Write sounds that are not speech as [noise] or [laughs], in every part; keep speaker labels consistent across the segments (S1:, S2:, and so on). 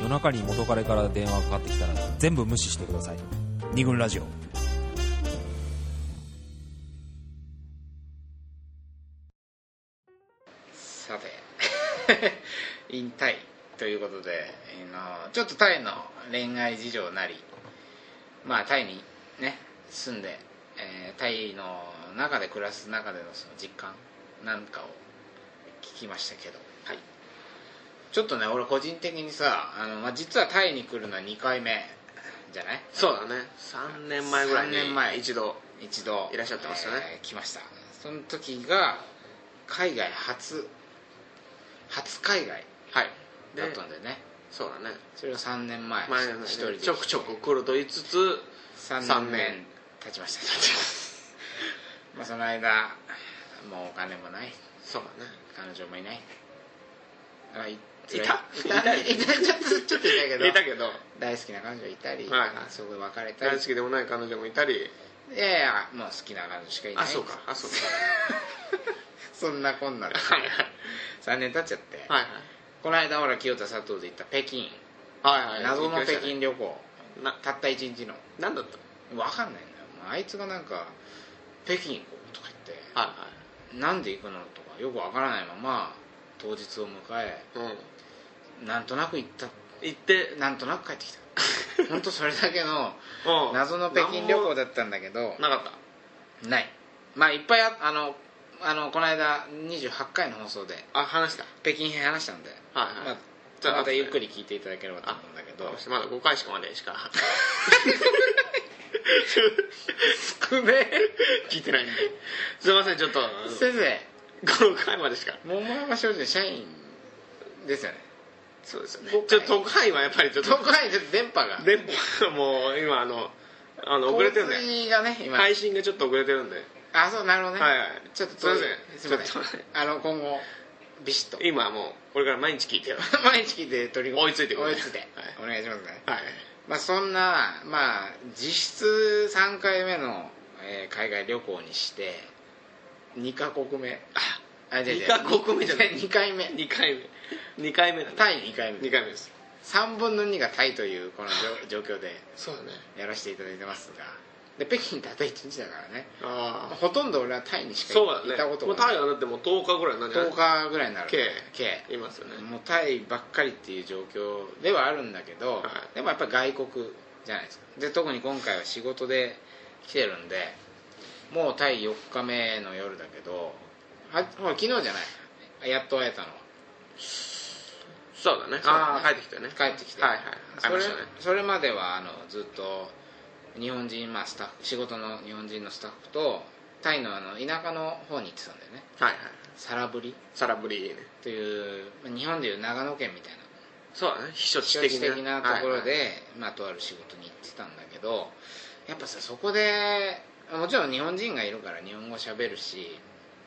S1: 夜中に元彼から電話がかかってきたら全部無視してください二軍ラジオ
S2: さて [laughs] 引退ということで、えーのちょっとタイの恋愛事情なりまあタイにね住んで、えータイの中で暮らす中でのその実感なんかを聞きましたけど、はい、ちょっとね俺個人的にさあの、まあ、実はタイに来るのは2回目じゃない
S3: そうだね3年前ぐらいに
S2: 3年前
S3: 一度
S2: 一度
S3: いらっしゃってましたね
S2: えー来ましたその時が海外初初海外
S3: はいで
S2: だったんだよね
S3: そうだね
S2: それが3年前
S3: 前のね
S2: 一人で
S3: ちょくちょく来ると言いつつ
S2: 3
S3: 三
S2: 年
S3: 年
S2: 経ちましたまあその間もうお金もない
S3: そうだね
S2: 彼女もいないあいい
S3: いた
S2: いたいたいたちょっとちょっといたけど
S3: いたけど
S2: 大好きな彼女いたり、
S3: はい
S2: そこで別れた
S3: 大
S2: り
S3: 好きでもない彼女もいたり
S2: いやいやもう好きな彼女しかいない
S3: あそうかあそうか
S2: そんなこんなで
S3: はい
S2: 3年経っちゃって、
S3: はい
S2: この間ほら清田佐藤で行った北京、
S3: はいはいはい
S2: 謎の北
S3: びっくりし
S2: 京旅行
S3: たねな
S2: たった1日の
S3: 何だった
S2: 分かんないんだよ、まあ、あいつがなんか北京行こうとか言って
S3: はいは
S2: なんで行くのとかよくわからないまま当日を迎え
S3: いうん
S2: なんとなく行った
S3: 行って
S2: なんとなく帰ってき [laughs] た本当それだけの
S3: うん
S2: 謎の北京旅行
S3: な
S2: だったんだけど
S3: んもなかっ
S2: ないまあいっぱいああのあのこの間28回の放送で
S3: たあ話した
S2: 北京編話したんで、
S3: はいはい
S2: まあ
S3: じゃあ
S2: またゆっく
S3: り
S2: り聞いていただければと思うんだけど
S3: 私まだ5回しかまでし [laughs] か
S2: 少ね
S3: 聞いてないんですいませんちょっと
S2: え先生
S3: 5回までしか
S2: 桃山商事の社員ですよね
S3: そうですよね
S2: 5回
S3: ちょっと都会はやっぱりちょっと
S2: 都会で電波が
S3: 電波がも [laughs] う今あのあの遅れてるんで
S2: 交通がね今、
S3: 配信がちょっと遅れてるんで
S2: あそうなるほどね、
S3: はいはい
S2: ちょっと
S3: すいません
S2: すいません
S3: ちょっとね
S2: あの今後ビシッと
S3: 今はもうこれから毎日聞いてる
S2: [laughs] 毎日聞いて取り込む
S3: 追いついてくる
S2: 追いついて、
S3: はい
S2: お願いしますね
S3: はい
S2: まあそんなまあ実質3回目の、えー海外旅行にして2カ国目あ違う違う
S3: 二カ国目じゃない
S2: 2回目
S3: 2回目2回目だね
S2: タイ2回目
S3: 2回目です
S2: 3分の2がタイというこの状 [laughs] 状況で
S3: そうだね
S2: やらせていただいてますがで北京たった1日だからね
S3: ああ
S2: ほとんど俺はタイにしか
S3: そう
S2: 行
S3: だ
S2: ったこ
S3: ね
S2: と
S3: もう
S2: がな
S3: タ
S2: い
S3: イはだってもう10日ぐらいなんじゃない
S2: 10日ぐらいになる
S3: 計
S2: 計
S3: いますよね
S2: もうタイばっかりっていう状況ではあるんだけど、
S3: はい
S2: でもやっぱり外国じゃないですかで特に今回は仕事で来てるんでもうタイ4日目の夜だけどはほら昨日じゃないやっと会えたのは
S3: そうだ
S2: あー
S3: ねそうだね帰ってきたよね
S2: 帰ってきて、
S3: はいはい
S2: そ
S3: 会い
S2: れ
S3: ましたね
S2: それまではあのずっと日本人、まあ、スタッフ仕事の日本人のスタッフとタイのあの田舎の方に行ってたんだよね
S3: はいはい
S2: サラブリ
S3: サラブリーね
S2: というまあ日本でいう長野県みたいな
S3: そうだね避暑
S2: 秘
S3: 地
S2: 書
S3: 的
S2: 地
S3: な
S2: 的なところで、
S3: はい
S2: まあ、とある仕事に行ってたんだけどやっぱさそこでもちろん日本人がいるから日本語喋るし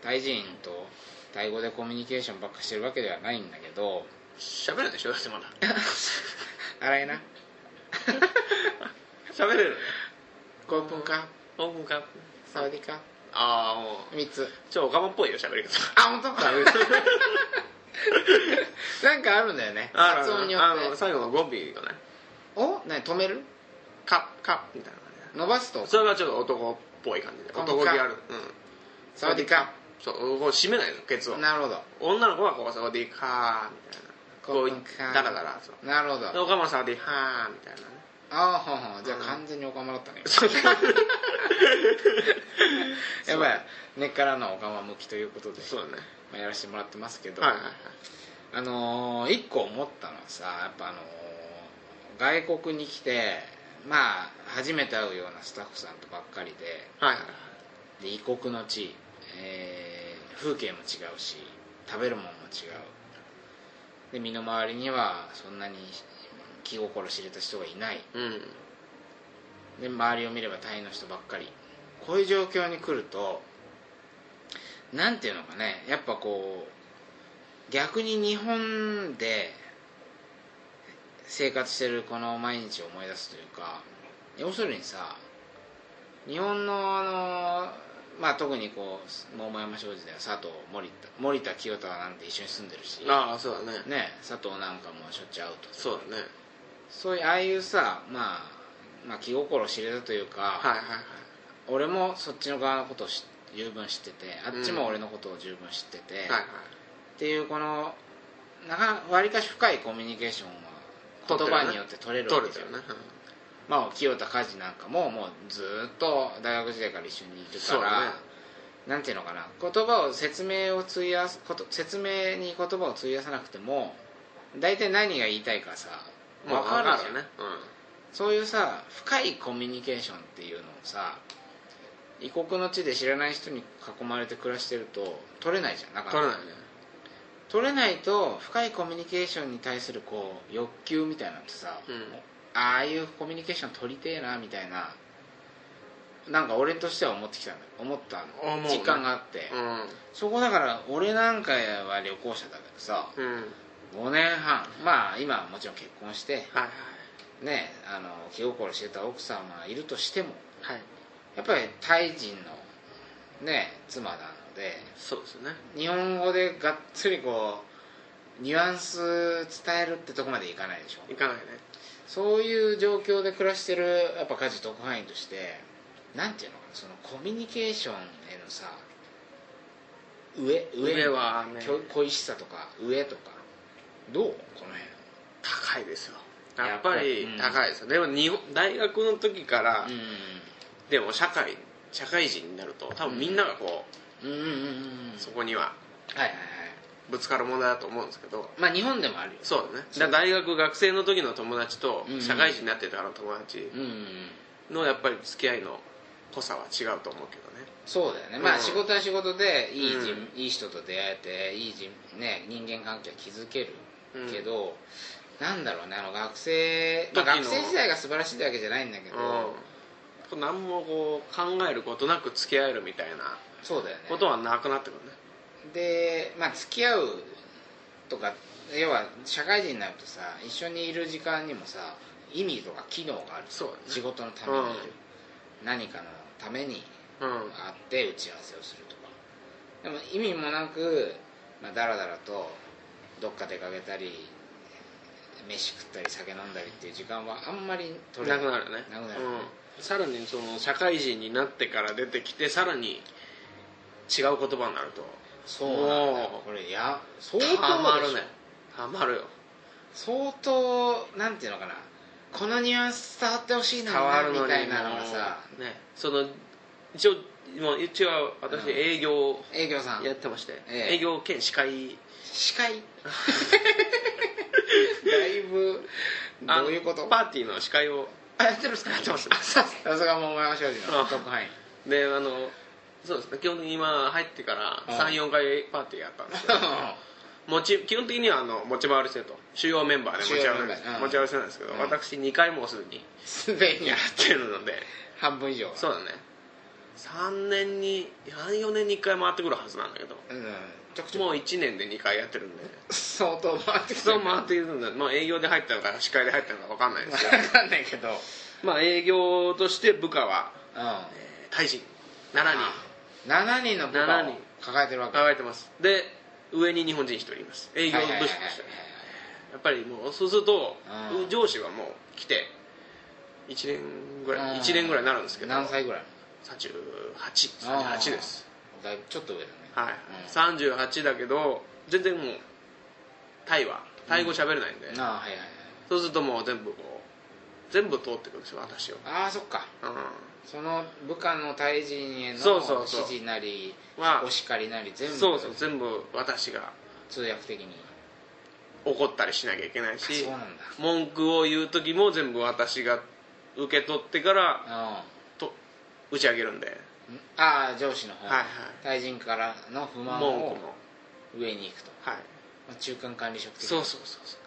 S2: タイ人とタイ語でコミュニケーションばっかしてるわけではないんだけど [laughs]
S3: 喋るでしょだってまだ
S2: 荒いな
S3: 喋れる
S2: 興奮か
S3: 本文か
S2: サワディか
S3: ああもう
S2: 3つ
S3: ちょっとオカマっぽいよ喋り方
S2: あ本当
S3: [laughs]
S2: なんかあるんだよね
S3: あ
S2: 発音によ
S3: あ
S2: っ
S3: の
S2: て
S3: 最後の語尾がね
S2: お何止める
S3: カッカッみたいな感じ
S2: 伸ばすと
S3: それがちょっと男っぽい感じで
S2: あ
S3: 男気あるうん
S2: サワディか
S3: そうこう締めないのケツを
S2: なるほど
S3: 女の子はこうサワディーカーみたいなこ
S2: 興奮か
S3: うダラダラそう
S2: なるほど
S3: でおかまサワディーハーみたいなね
S2: ああほんほんじゃあ完全にオカマだったね、
S3: そう
S2: [laughs] やばい根っからのオカマ向きということで、
S3: そうだね
S2: まあ、やらせてもらってますけど、
S3: はいはいはい
S2: あのー、一個思ったのはさやっぱあのー外国に来てまあ初めて会うようなスタッフさんとばっかり
S3: はいはい
S2: でで異国の地、えー風景も違うし食べるものも違うで身の回りにはそんなに気心知れた人がいない
S3: うん
S2: で周りを見ればタイの人ばっかりこういう状況に来るとなんていうのかねやっぱこう逆に日本で生活してるこの毎日を思い出すというか要するにさ日本のあのまあ特にこう桃山商事では佐藤森田森田清田なんて一緒に住んでるしね
S3: ああそうだね
S2: 佐藤なんかもしょっちゅう会うと
S3: そうだね
S2: そういうああいうさ、まあ、まあ気心知れたというか、
S3: はいはいはい
S2: 俺もそっちの側のことを知十分知っててあっちも俺のことを十分知ってて、
S3: はい
S2: っ
S3: はい
S2: ていうこのなかわりかし深いコミュニケーションは言葉によって取れるわ
S3: 取
S2: け
S3: れ
S2: じ
S3: た
S2: ゃ
S3: よ
S2: ん、
S3: ね
S2: まあ清田梶なんかももうずーっと大学時代から一緒にいる
S3: そう
S2: から、
S3: ね
S2: なんていうのかな言葉を説明を費やすこと説明に言葉を費やさなくても大体何が言いたいかさ
S3: うん
S2: 分
S3: もう
S2: かる
S3: 分
S2: じゃ
S3: か
S2: ん
S3: るよねうん
S2: そういうさ深いコミュニケーションっていうのをさ異国の地で知らない人に囲まれて暮らしてると取れないじゃんなかなか
S3: 取れないね
S2: 取れないと深いコミュニケーションに対するこう欲求みたいなのってさ、
S3: うん
S2: ああいうコミュニケーション取りてえなみたいななんか俺としては思ってきたんだ思った
S3: 思うね
S2: 実感があって、そこだから俺なんかは旅行者だけどさ
S3: うんうん
S2: 5年半まあ今はもちろん結婚して
S3: はいはい
S2: ねあの気心してた奥様がいるとしても
S3: はい
S2: やっぱりタイ人のね妻なので
S3: そうですね
S2: 日本語でがっつりこうニュアンス伝えるってとこまでいかないでしょ
S3: 行かないね
S2: そういう状況で暮らしてるやっぱ家事特派員としてなんていうのかなそのコミュニケーションへのさ上上
S3: 上はね
S2: きょ恋しさとか上とかどうこの辺
S3: 高いですよ
S2: や
S3: や
S2: っ
S3: っ
S2: ぱ
S3: ぱ
S2: り
S3: り高いですよでも日本大学の時からでも社会社会人になると多分みんながこ
S2: うんうんうんうんうん
S3: うそこには
S2: はいはいはい
S3: ぶつかる問題だと思うんですけど
S2: まあ日本でもあるよ
S3: そうだね
S2: そう
S3: だ大学学生の時の友達と
S2: うん
S3: 社会人になってからの友達
S2: うんうんうん
S3: のやっぱり付き合いの濃さは違うと思うけどね
S2: そうだよねまあ
S3: うん
S2: 仕事は仕事でいい人、
S3: うん
S2: いい人と出会えていい人,、ね、人間関係は築けるけど、なんだろうねあの学生、まあ、
S3: 時の
S2: 学生時代が素晴らしいってわけじゃないんだけど、
S3: うん何もこう考えることなく付き合えるみたいな
S2: そうだよね
S3: ことはなくなってくるね
S2: でまあ付き合うとか要は社会人になるとさ一緒にいる時間にもさ意味とか機能がある
S3: そうだね
S2: 仕事のためにいる、何かのために
S3: うん
S2: 会って打ち合わせをするとかでも意味もなく、まあ、だらだらとどっか出かけたり飯食ったり酒飲んだりっていう時間はあんまり取れ
S3: なくなるよね
S2: なくなる
S3: うん、さらにその社会人になってから出てきてさらに違う言葉になると
S2: そうなんだよ
S3: おー
S2: これや相当でしょ
S3: たまるねたまるよ
S2: 相当なんていうのかなこのニュアンス伝わってほしいな
S3: 変わるのに
S2: みたいなのがさ
S3: もうねその一応もう一応
S2: うん
S3: 私営業
S2: 営業さん
S3: やってまして、
S2: ええ
S3: 営業兼司会
S2: 司
S3: [laughs]
S2: 会だいぶ
S3: あ
S2: どういうこと
S3: パーティーの司会を
S2: あやってるんですか
S3: やってます
S2: あささすが桃山商事の
S3: うん
S2: 特派
S3: [laughs]
S2: 員
S3: であのそうですね基本的に今入ってから
S2: うん
S3: 34回パーティーやったんですけど持ち基本的にはあの持ち回り制と主要メンバーで持ち回りです
S2: 主要メンバーうん
S3: 持ち回り制なんですけど、
S2: うん
S3: 私2回もうすでに
S2: すでに
S3: やってるので
S2: 半分以上は
S3: そうだね3年に34年に1回回ってくるはずなんだけど
S2: うんちょくちょ
S3: もう1年で2回やってるんで
S2: く相当回ってきて
S3: そう
S2: る
S3: 回っているんだ、まあ、営業で入ったのか司会で入ったのか分かんないですけど
S2: 分かんないけどうん
S3: [laughs] まあ営業として部下は、えー、タイ人7人
S2: 7人の部下を抱えてるわけ
S3: 抱えてますで上に日本人1人います営業部署として
S2: はいはいはい
S3: やっぱりもうそうすると
S2: うん
S3: 上司はもう来て1年ぐ
S2: はい
S3: ら
S2: はい
S3: い1年ぐらいになるんですけど
S2: 何歳ぐらい
S3: 3838です
S2: だいぶちょっと上だね
S3: はい、
S2: うん
S3: 38だけど全然もうタイはタイ語喋れないんで、
S2: ああはいはいはい
S3: そうするともう全部こう全部通ってくるんですよ私を、
S2: ああそっか
S3: う
S2: その部下の対人への
S3: そうそう
S2: 指
S3: そう
S2: 示なり
S3: ん、は
S2: お叱りなり全部
S3: そうそう全部私が
S2: 通訳的に
S3: 怒ったりしなきゃいけない
S2: あ
S3: し
S2: そうなんだ
S3: 文句を言う時も全部私が受け取ってから
S2: あ
S3: と打ち上げるんで、
S2: あー上司の方
S3: はいはい
S2: 対人からの不満
S3: 文
S2: を
S3: 句も
S2: 上に行くと
S3: はい
S2: まあ中間管理職的な
S3: そうそうそうそう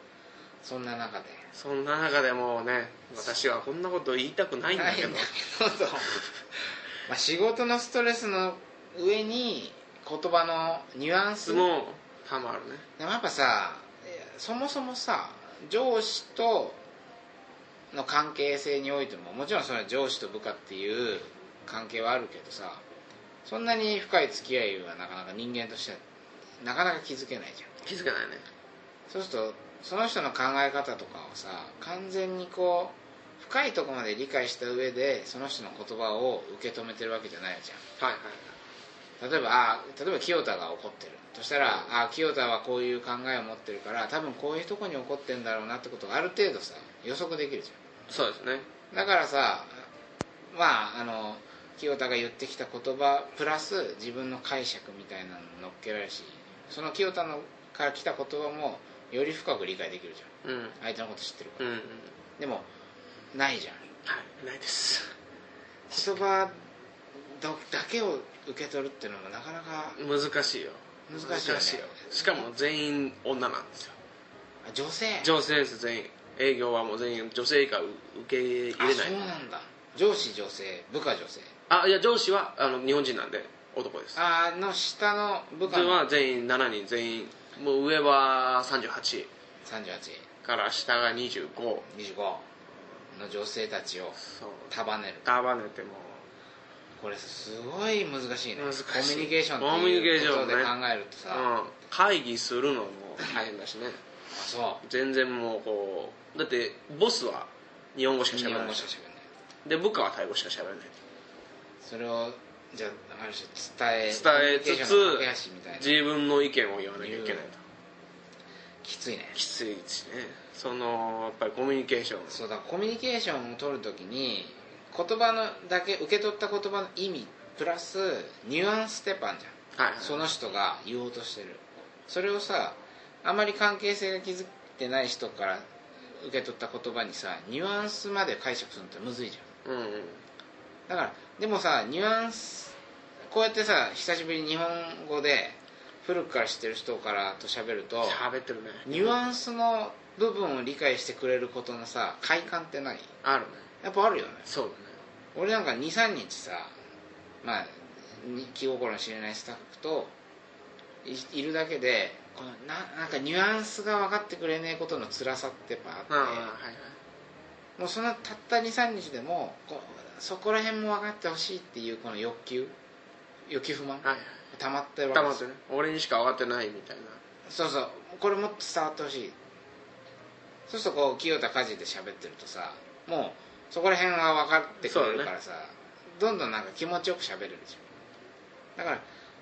S2: そんな中で
S3: そんな中でもうね私はこんなこと言いたくないんだけど
S2: とまあ仕事のストレスの上に言葉のニュアンス
S3: 質問たまるね
S2: でもやっぱさえーそもそもさ上司との関係性においてももちろんそれは上司と部下っていう関係はあるけどさそんなに深い付き合いはなかなか人間としてはなかなか気づけないじゃん
S3: 気づかないね
S2: そうするとその人の考え方とかをさ完全にこう深いとこまで理解した上でその人の言葉を受け止めてるわけじゃないじゃん
S3: はいはい
S2: 例えばあー例えば清田が怒ってるとしたらあー清田はこういう考えを持ってるから多分こういうとこに怒ってんだろうなってことがある程度さ予測できるじ
S3: そうですね
S2: ゃんだからさまああの清田が言ってきた言葉プラス自分の解釈みたいなのも乗っけられるしその清田のから来た言葉もより深く理解できるじゃん
S3: うん
S2: 相手のこと知ってるか
S3: う
S2: ら
S3: んうん
S2: でもないじゃん
S3: はいないです
S2: 言葉どだけを受け取るっていうのもなかなか
S3: 難しいよ
S2: 難しいよね
S3: しかも全員女なんですよ
S2: あ女性
S3: 女性です全員営業はもう全員女性以下受け入れない
S2: あそうなんだ上司女性部下女性
S3: あいや上司はあの日本人なんで男です
S2: あの下の部
S3: そ
S2: 下
S3: れ
S2: の
S3: は全員7人全員もう上は38
S2: 3825
S3: から下が25
S2: の女性たちを
S3: そう
S2: 束ねる
S3: 束ねても
S2: これすごい難しいね
S3: 難しい
S2: コミュニケーション
S3: コ
S2: っ
S3: ミュニ
S2: て
S3: ケー
S2: い
S3: シ
S2: うこ
S3: ョ
S2: と
S3: ン
S2: で
S3: ね
S2: 考えるとさ、あ
S3: うん、会議するのも大変だしね
S2: そう
S3: 全然もうこうだってボスは日本語しか
S2: 日
S3: 喋ら
S2: 本
S3: な
S2: 語
S3: い
S2: しか喋れない
S3: で部下はタイ語しか喋らない
S2: それをじゃあある種伝え
S3: 伝え
S2: コミュニケー
S3: つ
S2: ションの駆け
S3: つ
S2: 足みたいな
S3: 自分の意見を言わなきゃいけないと
S2: きついね
S3: きついしねそのやっぱりコミュニケーション
S2: そうだコミュニケーションを取るときに言葉のだけ受け取った言葉の意味プラスニュアンスってやっぱあんじゃ
S3: はいはい
S2: んその人が言おうとしてるそれをさあまり関係性が築いてない人から受け取った言葉にさニュアンスまで解釈するのってむずいじゃん
S3: うんうん
S2: だからでもさニュアンスこうやってさ久しぶりに日本語で古くから知ってる人からと喋ると
S3: 喋ってるね
S2: ニュアンスの部分を理解してくれることのさ快感ってない
S3: あるね
S2: やっぱあるよね
S3: そうだね
S2: 俺なんか23日さまあに気心の知れないスタッフといいるだけでこのななんかニュアンスが分かってくれねえことの辛さってやっぱ
S3: うんうん
S2: あっ
S3: はい
S2: て、
S3: はい
S2: もうそのたった23日でもこうそこら辺も分かってほしいっていうこの欲求欲求不満
S3: はいはい
S2: 溜まってるわけ
S3: 黙
S2: で
S3: っ
S2: す
S3: てね俺にしか上がってないみたいな
S2: そうそうこれもっと伝わってほしいそうするとこう清田家事で喋ってるとさもうそこら辺は分かってくれるからさ、どんどんなんか気持ちよく喋れるじゃんだから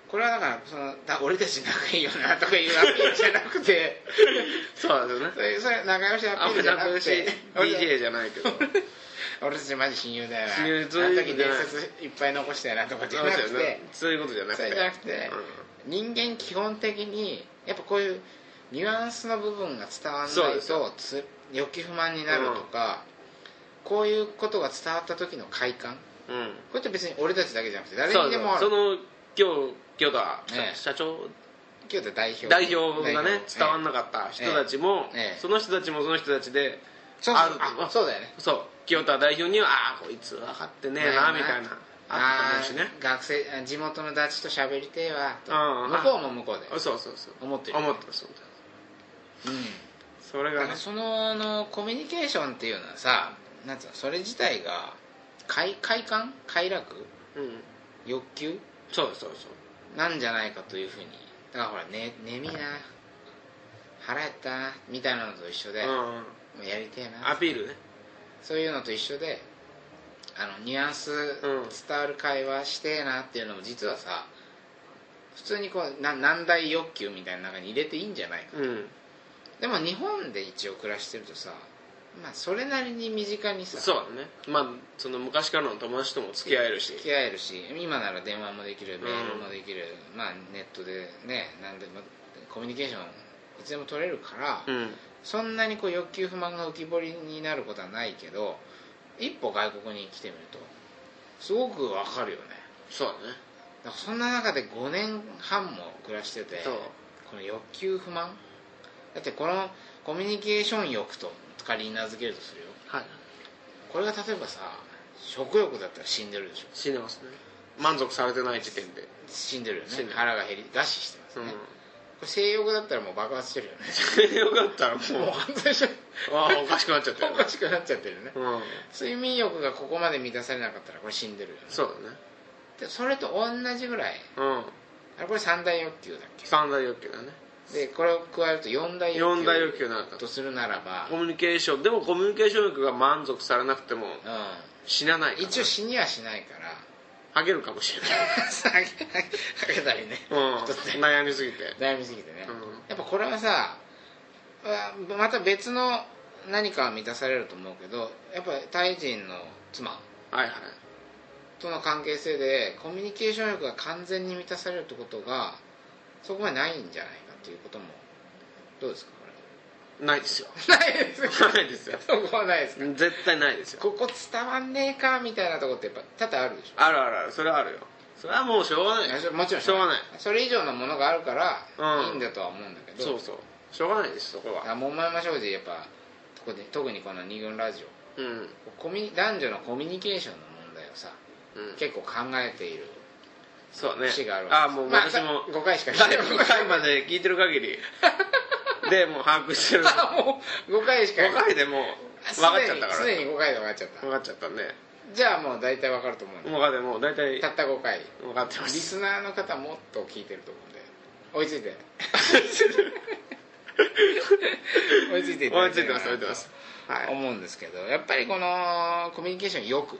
S2: これはだからそのだ俺たち仲いいよなとかいうアピールじゃなく
S3: [laughs]
S2: て
S3: そうですよね
S2: それそれ仲良しア
S3: あ
S2: ピ
S3: ん
S2: ー
S3: ま
S2: ル
S3: り
S2: じゃなく
S3: 仲
S2: て
S3: 良し DJ じゃないけど
S2: 俺たちマジ親友だよな
S3: 親友そう
S2: あ
S3: い
S2: の
S3: う意
S2: 時
S3: 味じゃ
S2: 伝
S3: ない
S2: 説いっぱい残したよなとかじゃなく
S3: そう
S2: て
S3: そういうことじゃなく
S2: そ
S3: て
S2: れじゃなくて
S3: うん
S2: 人間基本的にやっぱこういうニュアンスの部分が伝わら
S3: そう
S2: な
S3: で
S2: い
S3: すよ
S2: とつ欲求不満になるとか、こういうことが伝わった時の快感
S3: うん
S2: これって別に俺たちだけじゃなくて誰
S3: そう
S2: にでもあ
S3: そ
S2: る
S3: の今日今日だ
S2: ええ
S3: 社長
S2: 今日で代表
S3: 代表が
S2: 代
S3: ね
S2: 表
S3: 伝わん
S2: ええ
S3: なかった人たちも
S2: ええ
S3: その人たちもその人たちで
S2: そう
S3: あ
S2: そう
S3: る
S2: あそうだよね
S3: そう清田代表にはああこいつ分かってねえなみたいなあった
S2: あ
S3: かもしれない
S2: ー学生あ地元のダチと喋りてえわと
S3: うんうん
S2: 向こうも向こうで
S3: あそうそうそう
S2: 思ってる
S3: 思ってます思ってます
S2: うん
S3: それ
S2: だ
S3: が
S2: か
S3: ね
S2: らそのあのコミュニケーションっていうのはさなんつうのそれ自体が快快感快楽
S3: うん
S2: 欲求
S3: そうそうそう
S2: なんじゃないかというふうにだからほら、ね、眠いな腹減ったなみたいなのと一緒で、
S3: う
S2: も
S3: んうん
S2: うやりてえ
S3: ア
S2: な
S3: ピールね
S2: そういうのと一緒であのニュアンス
S3: うん
S2: 伝わる会話してえなっていうのも実はさ普通にこうな難題欲求みたいな中に入れていいんじゃないか
S3: うん
S2: でも日本で一応暮らしてるとさまあそれなりに身近にさ
S3: そうだねまあその昔からの友達とも付き合えるし
S2: 付き合えるし今なら電話もできるメールもできる、まあ、ネットでね何でもコミュニケーションいつでも取れるから、
S3: うん
S2: そんなにこう欲求不満が浮き彫りになることはないけど一歩外国に来てみるとすごくわかるよね
S3: そうだね
S2: だからそんな中で5年半も暮らしてて
S3: そう
S2: この欲求不満だってこのコミュニケーション欲と仮に名付けるとするよ
S3: はい
S2: これが例えばさ食欲だったら死んでるでしょ
S3: 死んでますね満足されてない時点で
S2: 死んでるよね
S3: 死んでる
S2: 腹が減り餓死してます
S3: う
S2: ね、
S3: ん
S2: これ性欲だったらもう爆発してるよ
S3: [laughs]
S2: ね
S3: よかったらも
S2: もう
S3: う
S2: 本当にしょ
S3: ああおかしくなっちゃったよ
S2: お
S3: ね
S2: かしくなっちゃってるね
S3: うん
S2: 睡眠欲がここまで満たされなかったらこれ死んでるよね
S3: そうだね
S2: ってそれと同じぐらい
S3: うん
S2: あれこれ三大欲求だっ
S3: 三大欲求だね
S2: けでこれを加えると四大欲求
S3: 四大欲求なんだ
S2: とするならば
S3: コミュニケーションでもコミュニケーション力が満足されなくても
S2: う
S3: 死なないか
S2: ん
S3: ら
S2: 一応死にはしないから [laughs]
S3: ハゲるかもしれない
S2: 下げ下げたりね、
S3: うん
S2: 太ったり
S3: 悩みすぎて
S2: 悩みすぎてね、
S3: うん
S2: やっぱこれはさあまた別の何かは満たされると思うけどやっぱタイ人の妻
S3: はいはい
S2: との関係性でコミュニケーション力が完全に満たされるってことがそこまでないんじゃないかっていうこともどうですかこ
S3: ないですよ
S2: れ [laughs] ないですよ
S3: ないですよ
S2: そこはないですか
S3: 絶対ないですよ
S2: ここ伝わんねえかみたいなとこってやっぱ多々あるでしょ
S3: あるあるあるそれはあるよそれはもうしょうがない
S2: いやもちろん
S3: しょうがない
S2: それ以上のものがあるから
S3: うん
S2: いいんだとは思うんだけど、
S3: そうそうしょうがないですそこは
S2: あ桃山商事やっぱ特に特にこの二軍ラジオ
S3: うんうん
S2: コミュニ男女のコミュニケーションの問題をさ結構考えている
S3: そうね
S2: 節がある
S3: あもう私も
S2: 5回しか [laughs]
S3: 第5回まで聞いてる限りでもう把握してる5
S2: あもう5回しか
S3: 回でもう分かっちゃったから
S2: すでにすでに5回で分かっちゃっ
S3: 分かっちゃったんで
S2: たじゃあもう大体分かると思うんで
S3: もうでもう大体
S2: たった5回
S3: 分かってま
S2: リ
S3: す
S2: スナーの方もっと聞いてると思うんで追いつい [laughs] て追いついて
S3: 追い
S2: だ
S3: つ
S2: けれ
S3: いて
S2: ば
S3: ま
S2: な
S3: す追いついてますはい
S2: 思うんですけどやっぱりこのコミュニケーションよく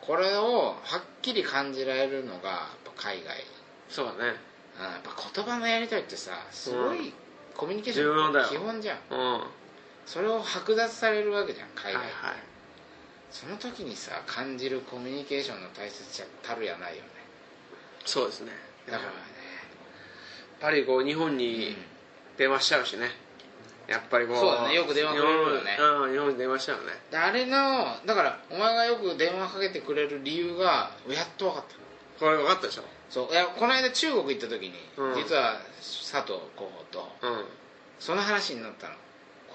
S2: これをはっきり感じられるのがやっぱ海外
S3: そうだね
S2: うんやっぱ言葉のやり取りってさすご
S3: う
S2: いコミュニケーション
S3: 重要だよ
S2: 基本じゃん
S3: うんは
S2: それを剥奪されるわけじゃん海
S3: い
S2: 外
S3: はい
S2: その時にさ感じるコミュニケーションの大切さたるやないよね
S3: そうですね
S2: だからね
S3: やっぱりこう日
S2: う
S3: 本
S2: ん
S3: に電話しちゃうしねやっぱりこう
S2: そうだねよく電話くれるよね
S3: 日本うん日本に電話しちゃうね
S2: であれのだからお前がよく電話かけてくれる理由がやっと分かった
S3: これ分かったでしょ
S2: そういやこの間中国行った時に、
S3: うん
S2: 実は佐藤候補と
S3: うんうん
S2: その話になったの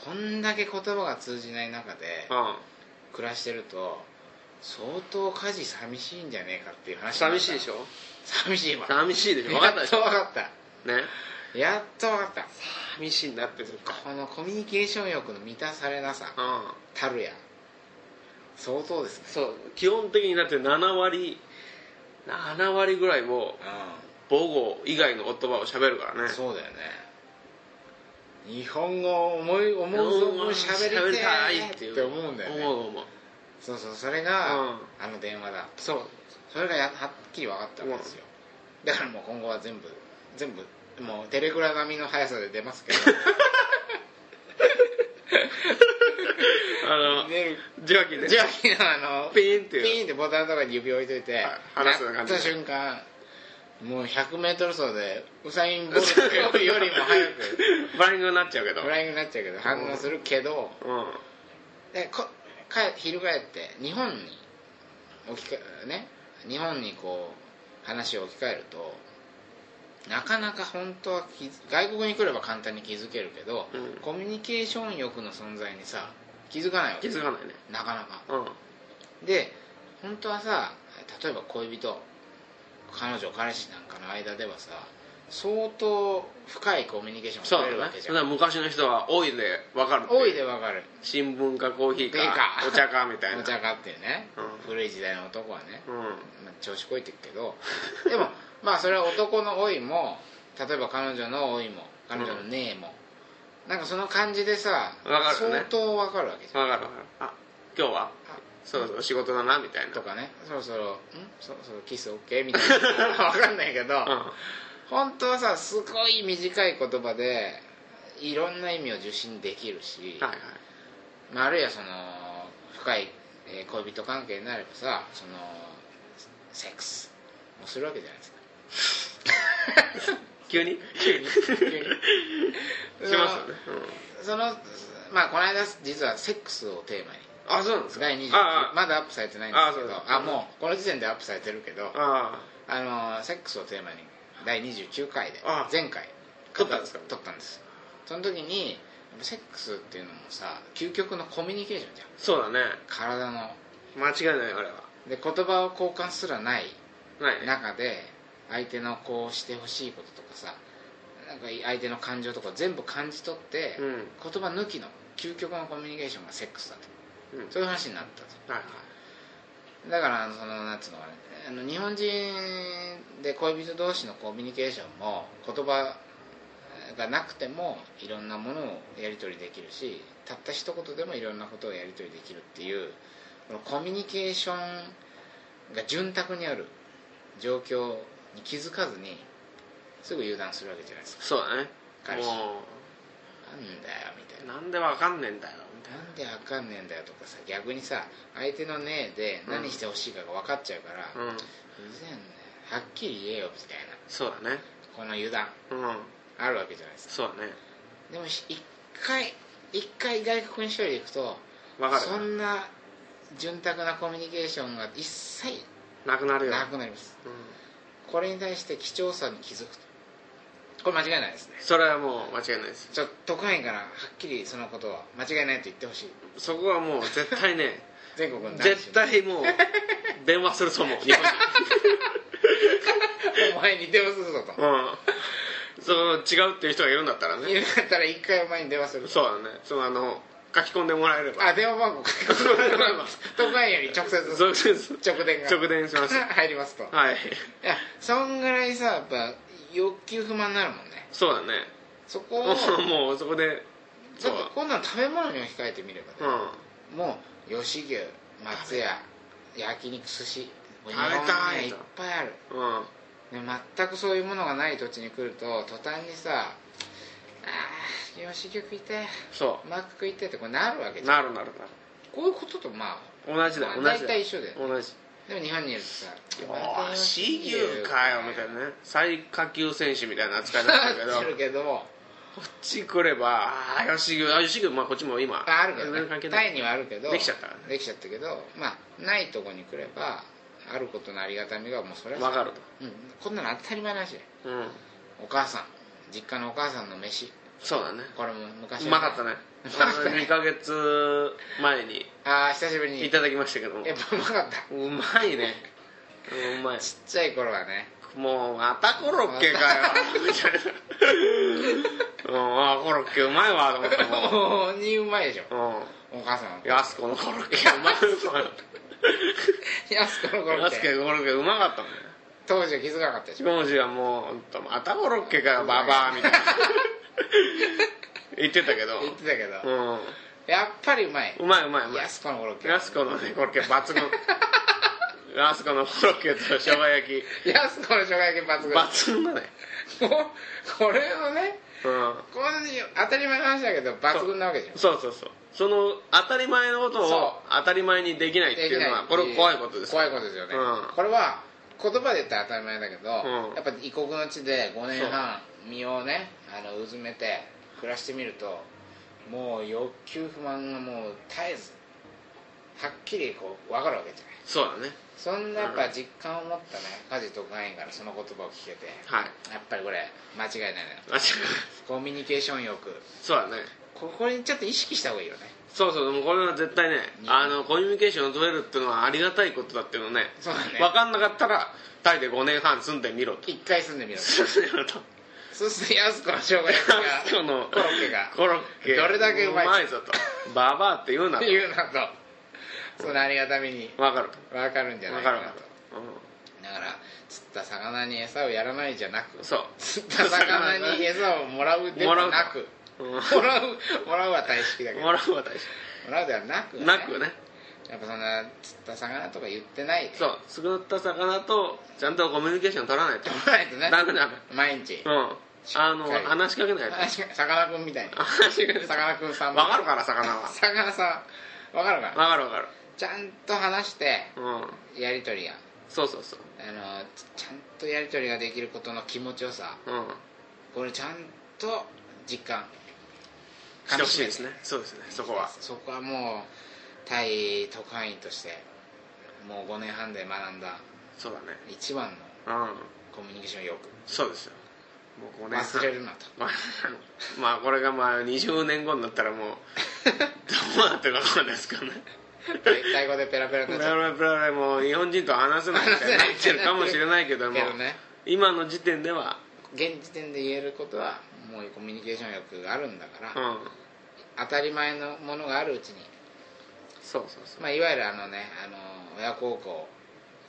S2: こんだけ言葉が通じない中で暮らしてると相当家事寂しいんじゃねえかっていう話にな
S3: 寂
S2: った
S3: しいでしょ
S2: 寂しいわ
S3: 寂しいでしょ分か
S2: や
S3: ったで
S2: っ
S3: し
S2: と
S3: ょ
S2: 分かった
S3: ね
S2: やっと分かった
S3: 寂しいんだってそっか
S2: このコミュニケーション欲の満たされなさ
S3: うん
S2: たるや相当ですね
S3: そう基本的にだって7割7割ぐらいも
S2: う
S3: 母語以外の言葉を喋るからね
S2: んそうだよね日本語を思い思う存分喋りたいっていうって思うんだよね
S3: 思う思う
S2: そうそうそれが、
S3: うん
S2: あの電話だ
S3: そう
S2: それがやはっきり分かったんですよ、だからもう今後は全部全部もうテレクラ並みの速さで出ますけど
S3: [laughs] あ
S2: 出る
S3: の受話器で
S2: じゃああの
S3: ピーンって
S2: ピ
S3: い
S2: ー
S3: う
S2: ンってボタンとかに指置いといて、
S3: はい離すような感じ
S2: 鳴
S3: で
S2: った瞬間もう 100m 走でウサイン・ボルトよりも速く
S3: バラングになっちゃうけど
S2: フライングになっちゃうけど反応するけど、
S3: うん
S2: でこか翻って日本に置きかね日本にこう話を置き換えるとなかなか本当は気づ外国に来れば簡単に気づけるけど、
S3: うん
S2: コミュニケーション欲の存在にさ気づかないわ
S3: 気
S2: け
S3: づかないね
S2: なかなか
S3: うん
S2: で本当はさ例えば恋人彼女彼氏なんかの間ではさ相当深いコミュニケーション
S3: そ
S2: が
S3: う
S2: 取れる
S3: だ
S2: わ
S3: ね
S2: けじ
S3: そ
S2: ゃ
S3: ん
S2: ん、
S3: な昔の人は多いで分かるってう
S2: 多いでわかる
S3: 新聞かコーヒー
S2: いい
S3: か
S2: か
S3: お茶かみたいな
S2: お茶かっていうね、
S3: うん
S2: 古い時代の男はね、
S3: うん
S2: まあ、調子こいてるけどで
S3: [laughs]
S2: もまあそれは男の老いも例えば彼女の老いも彼女の姉も、なんかその感じでさ
S3: わかるよね
S2: 相当わかるわけじゃ
S3: 分かる分かるあ今日は
S2: あ
S3: そろそろ仕事だなみたい
S2: ん
S3: な
S2: とか [laughs] ねそろそろ「んそろそろキス OK?」みたい
S3: [laughs]
S2: なわかんないけど、
S3: う
S2: 本当はさすごい短い言葉でいろんな意味を受信できるし、
S3: んはいはい
S2: まあ、あるいはその深いえー恋人関係になればさそのセックスもするわけじゃないですか
S3: 急に
S2: 急に
S3: [laughs]
S2: 急に
S3: しますよねうん
S2: そのまあこの間実はセックスをテーマに
S3: あそうなんですか
S2: 第20
S3: あ
S2: まだアップされてないんですけど
S3: あそうです
S2: あもうこの時点でアップされてるけど
S3: ああ
S2: あのセックスをテーマに第29回で
S3: あ
S2: 前回
S3: 撮ったんですか
S2: 撮ったんですその時にやっぱセックスっていうのもさ究極のコミュニケーションじゃん
S3: そうだね
S2: 体の
S3: 間違いないあれは
S2: で言葉を交換すらない
S3: ないね
S2: 中で相手のこうしてほしいこととかさなんか相手の感情とか全部感じ取って、
S3: うん
S2: 言葉抜きの究極のコミュニケーションがセックスだと
S3: うん
S2: そういう話になったと
S3: はいはい
S2: だからそのなんつうのかねあの日本人で恋人同士のコミュニケーションも言葉がなくてもいろんなものをやり取りできるしたった一言でもいろんなことをやり取りできるっていうこのコミュニケーションが潤沢にある状況に気づかずにすぐ油断するわけじゃないですか
S3: そうだね
S2: 彼氏
S3: も
S2: なんだよみたいうな
S3: なんでわかんねえんだよみたいな
S2: なんであかんねえんだよとかさ逆にさ相手の「ねえ」で何してほしいかが分かっちゃうから、
S3: うん
S2: 以前ねはっきり言えよみたいな
S3: そうだね
S2: この油断
S3: うん
S2: あるわけじゃないですか
S3: そうだね
S2: でもし一回一回外国に一人で行くと
S3: わか
S2: そ
S3: る
S2: んな潤沢なコミュニケーションが一切
S3: なくなるよ
S2: なくなります
S3: うん
S2: これに対して貴重さに気づくとこれ間違いないですね
S3: それはもう間違いないです
S2: ちょっと特派員からはっきりそのことは間違いないと言ってほしい
S3: そこはもう絶対 [laughs] ね
S2: 全国の男子
S3: 絶対もう電話すると [laughs] 思う日本
S2: お前に電話するぞと [laughs]
S3: にうんそう違うっていう人がいるんだったらね
S2: 言うんだったら一回お前に電話する
S3: そうだねそのあの書き込んでもらえれば
S2: あ電話番号書いてもらえ [laughs] ます特派員より直接
S3: そうです
S2: 直電が
S3: 直電しま
S2: [laughs]
S3: す
S2: 入りますと
S3: はい
S2: いやそんぐらいさやっぱ欲求不満になるもんね
S3: そうだね
S2: そこを
S3: も
S2: だっ
S3: う [laughs] もうそこで
S2: て
S3: そう
S2: 今度は食べ物に置き換えてみれば
S3: う
S2: ね、
S3: ん
S2: もう吉牛松屋焼肉寿司
S3: べたい
S2: 日本ねいっぱいある
S3: うん
S2: で全くそういうものがない土地に来ると途端にさあー吉牛食いて
S3: そ
S2: マック食いてってこれなるわけ
S3: う
S2: じゃん
S3: なるなるなる
S2: こういうこととまあ
S3: 同じだ
S2: まあ
S3: 同じだ
S2: 大体一緒だよね
S3: 同じ
S2: でも日本にいるとさ
S3: おー C 級かよみたい
S2: [laughs]
S3: なね最下級選手みたいな扱いになってるけど
S2: なってるけども
S3: こっち来ればああ吉木あ吉木まあこっちも今
S2: ああるけど、
S3: 全然
S2: ね
S3: 関、係な
S2: タ
S3: い
S2: イにはあるけど
S3: できちゃったからね
S2: できちゃったけどまあないとこに来ればあることのありがたみがもうそれ
S3: わ
S2: は、
S3: かる
S2: うん、こんなの当たり前なし
S3: とうん
S2: お母さん実家のお母さんの飯
S3: そうだね
S2: これも昔
S3: うまかった
S2: [laughs]
S3: ね
S2: うまかったね
S3: 2ヶ月前に
S2: ああ久しぶりに
S3: いただきましたけども
S2: やっぱうまかった
S3: うまいねうんうまい
S2: ちっちゃい頃は
S3: [laughs]
S2: ね
S3: もうまたコロッケかよみたいなうんあーコロッケうまいわと思ったもん
S2: 鬼うまいでしょ
S3: うん
S2: お母さん
S3: やすこのコロッケうまい
S2: やすこの頃
S3: や
S2: っ
S3: すこ
S2: て
S3: のコロッケうまかったもんね
S2: 当時は気づかなかったでしょ
S3: 上司はもう本当またコロッケかよババアみたいな言ってたけど
S2: 言ってたけど、
S3: うん
S2: やっぱりうまいう
S3: まいうまいうま
S2: や
S3: い
S2: すこの頃っけ
S3: やすこのねコロッケ抜群やすこのコロッケと生姜焼き
S2: やすこの生姜焼き抜群
S3: 抜群だね
S2: もうこれをね
S3: うん
S2: こんなに当たり前の話だけど抜群なわけじゃん
S3: そうそうそうその当たり前のこと
S2: そ
S3: を当たり前にできないっていうのはこれ怖いことです
S2: 怖いことですよね、
S3: うん
S2: これは言葉で言ったら当たり前だけど、
S3: ん
S2: やっぱ異国の地で5年半身をねあのうずめて暮らしてみるともう欲求不満がもう絶えずはっきりこう分かるわけじゃない
S3: そうだね
S2: そんなやっぱ実感を持ったね家事特派員からその言葉を聞けて
S3: はい
S2: やっぱりこれ間違いないね
S3: 間違いない
S2: コミュニケーション欲
S3: [laughs] そうだね
S2: ここにちょっと意識した方がいいよね
S3: そうそうでもこれは絶対ねあのコミュニケーションを取れるっていうのはありがたいことだっていうのをね
S2: そうだね
S3: 分かんなかったらタイで5年半住んでみろと
S2: 一回住んでみろ
S3: 住んでみろと
S2: そうするとやす子の生姜焼きが
S3: [laughs] 今日の
S2: コロッケが
S3: コロッケ
S2: どれだけうまいう
S3: まいぞとババアって言うな
S2: って
S3: と
S2: いうなとそのありがたみに
S3: 分かる
S2: 分かるんじゃな
S3: 分
S2: い
S3: か
S2: か
S3: る
S2: な
S3: 分か
S2: と
S3: る、
S2: だから釣った魚に餌をやらないじゃなく
S3: うん、そう
S2: 釣った魚に餌をもらうではなく
S3: うん
S2: もらうもらうは大式だけど
S3: も
S2: も
S3: らうは大事
S2: らうではなくね、
S3: [laughs] なくね
S2: やっぱそんな釣った魚とか言ってないで
S3: そう作った魚とちゃんとコミュニケーション取らないと
S2: 取らないとね
S3: ダメダメ
S2: 毎日
S3: うんあの
S2: しっかり
S3: 話しかけないと
S2: さかなクンみたいに
S3: 話しかけない
S2: さかなクンさんも
S3: 分かるから魚は
S2: 魚さん分かるか
S3: 分
S2: ら
S3: かる分かる
S2: ちゃんと話して
S3: うん
S2: やり取りが
S3: そうそうそう
S2: あのちちゃんとやり取りができることの気持ちよさ
S3: うん
S2: これちゃんと実感
S3: してほしいです
S2: ね
S3: ねそうですねそこは
S2: そこはもうタイ特派員としてもう5年半で学んだ
S3: そうだね
S2: 一番の
S3: うん
S2: コミュニケーション欲
S3: そうですよもう5年
S2: 忘
S3: 半
S2: れるなと
S3: まあ、 [laughs] まあこれがまあ20年後になったらもうどうなってるか分かんないですけどね
S2: でタイ語でペラペラにな
S3: プ
S2: っ
S3: ラ
S2: ちゃっ
S3: ラプララもう日本人と話せないみたいになってるかもしれないけど
S2: た
S3: も
S2: けどね
S3: 今の時点では
S2: 現時点で言えることはもうコミュニケーション欲があるんだから、
S3: うん
S2: 当たり前のものがあるうちに
S3: そうそうそう
S2: まあ、いわゆるあのねあの親孝行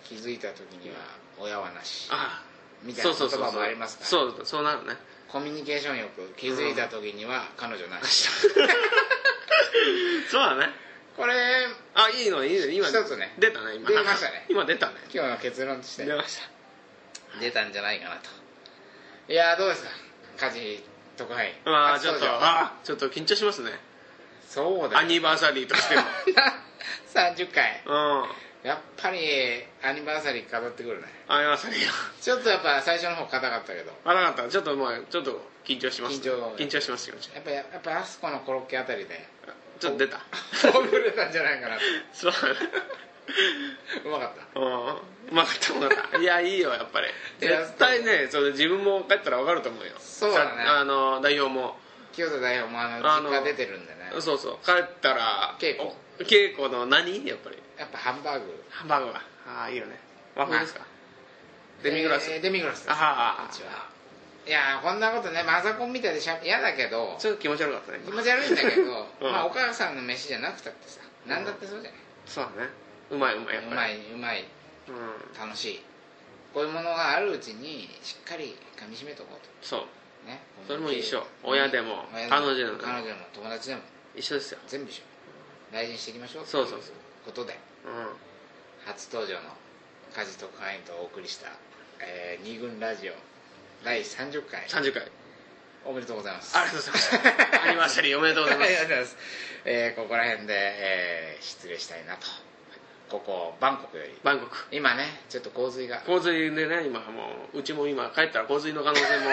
S2: 気づいた時には親はなし
S3: あ
S2: みたい
S3: そ
S2: な
S3: うそ
S2: 言
S3: うそう
S2: 葉
S3: そ
S2: も
S3: う
S2: ありますから
S3: そうそうそうなのね
S2: コミュニケーションよく気づいた時には彼女な
S3: [laughs]
S2: し、
S3: [laughs] そうだね
S2: これ
S3: あいいのいいの今
S2: 一つね
S3: 出たね今
S2: 出ましたね
S3: 今出たね
S2: 今日の結論として
S3: 出ました
S2: 出たんじゃないかなといやーどうですか家事特派員
S3: ああ
S2: 初
S3: ちょっと
S2: 登場
S3: あーちょっと緊張しますね
S2: そうだ
S3: ア
S2: よ
S3: ニバーサリーと
S2: [laughs]
S3: [laughs] しても
S2: 30回
S3: うん
S2: やっぱりアニバーサリー飾ってくるね
S3: アニバーサリーが
S2: ちょっとやっぱ最初の方硬かったけど
S3: あなかったちょっとまあちょっと緊張します
S2: 緊張
S3: 緊張しますよ
S2: やっぱやっぱあそこのコロッケあたりで
S3: ちょっと出た
S2: ほぐれたんじゃないかなと
S3: [laughs] そうだね
S2: うまかった
S3: うんうまかったうまかった [laughs] いやいいよやっぱり
S2: いや
S3: 絶対ねそれ自分も帰ったら分かると思うよ
S2: そうだね
S3: さあの代表も
S2: 清田代表もあの
S3: あの
S2: 実家出てるんでね
S3: そうそう帰ったら
S2: 稽古
S3: お稽古の何やっぱり
S2: やっぱハンバーグ
S3: ハンバーグはああいいよね和風ですかデミグラス、
S2: えーデミグラスです
S3: あ
S2: うちはいやーこんなことねマザコンみたいでしゃ嫌だけど
S3: あちょっと気持ち悪かったね、
S2: 気持ち悪いんだけど
S3: [laughs] うん
S2: まあお母さんの飯じゃなくたってさ何だってそうじゃない、
S3: そうだねうまいうまいやっぱ
S2: う
S3: り
S2: まいうまい
S3: うん、
S2: 楽しいこういうものがあるうちにしっかり噛みしめとこう
S3: そう
S2: とね
S3: それも一緒親でも
S2: 親
S3: 彼女でも
S2: 彼女でも友達でも
S3: 一緒ですよ
S2: 全部一緒大事にしていきましょう
S3: そうそうそう
S2: ということで
S3: うん
S2: 初登場の家事特派員とお送りした、えー、二軍ラジオ第30回
S3: 30回
S2: おめでとうございます
S3: ありがとうございま [laughs] した。アニバーサリーおめでとうございま
S2: [laughs] ありがと
S3: す。
S2: うございます、えーここら辺で、えー失礼したいなとここバンコクより
S3: バンコク。
S2: 今ねちょっと洪水が
S3: 洪水でね、今もう、うちも今帰ったら洪水の可
S2: [laughs]
S3: 能性も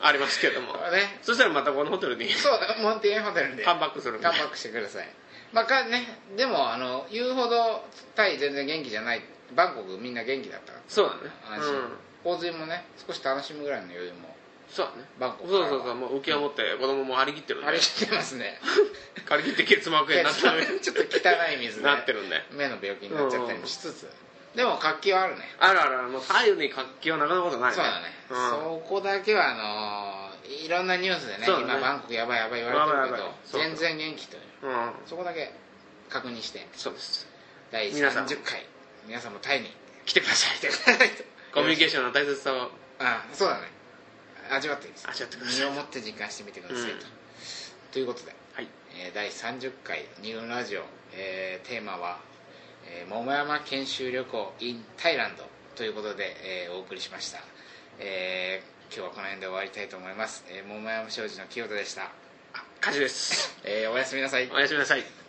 S3: ありますけども。
S2: ね
S3: そしたらまたこのホテルに
S2: そうモンティエンホテルで
S3: カムバックするんで
S2: カ。ムバックしてくださいまあかねでもあの言うほどタイ全然元気じゃないバンコクみんな元気だったから
S3: そうだね
S2: 安。
S3: う
S2: 心、
S3: ん。
S2: 洪水もね少し楽しむぐらいの余裕も
S3: そうだね。
S2: バンコ
S3: そう
S2: クからは
S3: そうそう、もう浮き輪持って子供も張り切ってるん
S2: あ
S3: で
S2: れ。してますね [laughs]
S3: 張り切って結膜炎になってる。
S2: ちょっと汚い水で、
S3: なってるんで。
S2: 目の病気になっちゃったりもしつつ、でも活気はあるね
S3: あらあら、もう左右に活気はなかなかないね。
S2: そうだね、
S3: うん。
S2: そこだけはあのーいろんなニュースでね
S3: そうだね
S2: 今バンコクやばいやばい言われてる
S3: やばいやばい
S2: け
S3: そ
S2: ど
S3: うそう
S2: 全然元気という
S3: うん。
S2: そこだけ確認して
S3: そうです。
S2: 第
S3: 皆さん
S2: 30回皆さんもタイに
S3: 来てください。
S2: 来てくださいと
S3: コミュニケーションの大切さを
S2: あそうだね味わってください
S3: 味わってください
S2: 身をもって実感してみてくださいと、
S3: うん
S2: ということで、
S3: はい
S2: えー第30回「ニューラジオ」えーテーマは、えー桃山研修旅行 in タイランド」ということで、えーお送りしました、えー今日はこの辺で終わりたいと思います、えー桃山商事の清田でした、
S3: あ火事です。
S2: えーおやすみなさい
S3: おやすみなさい。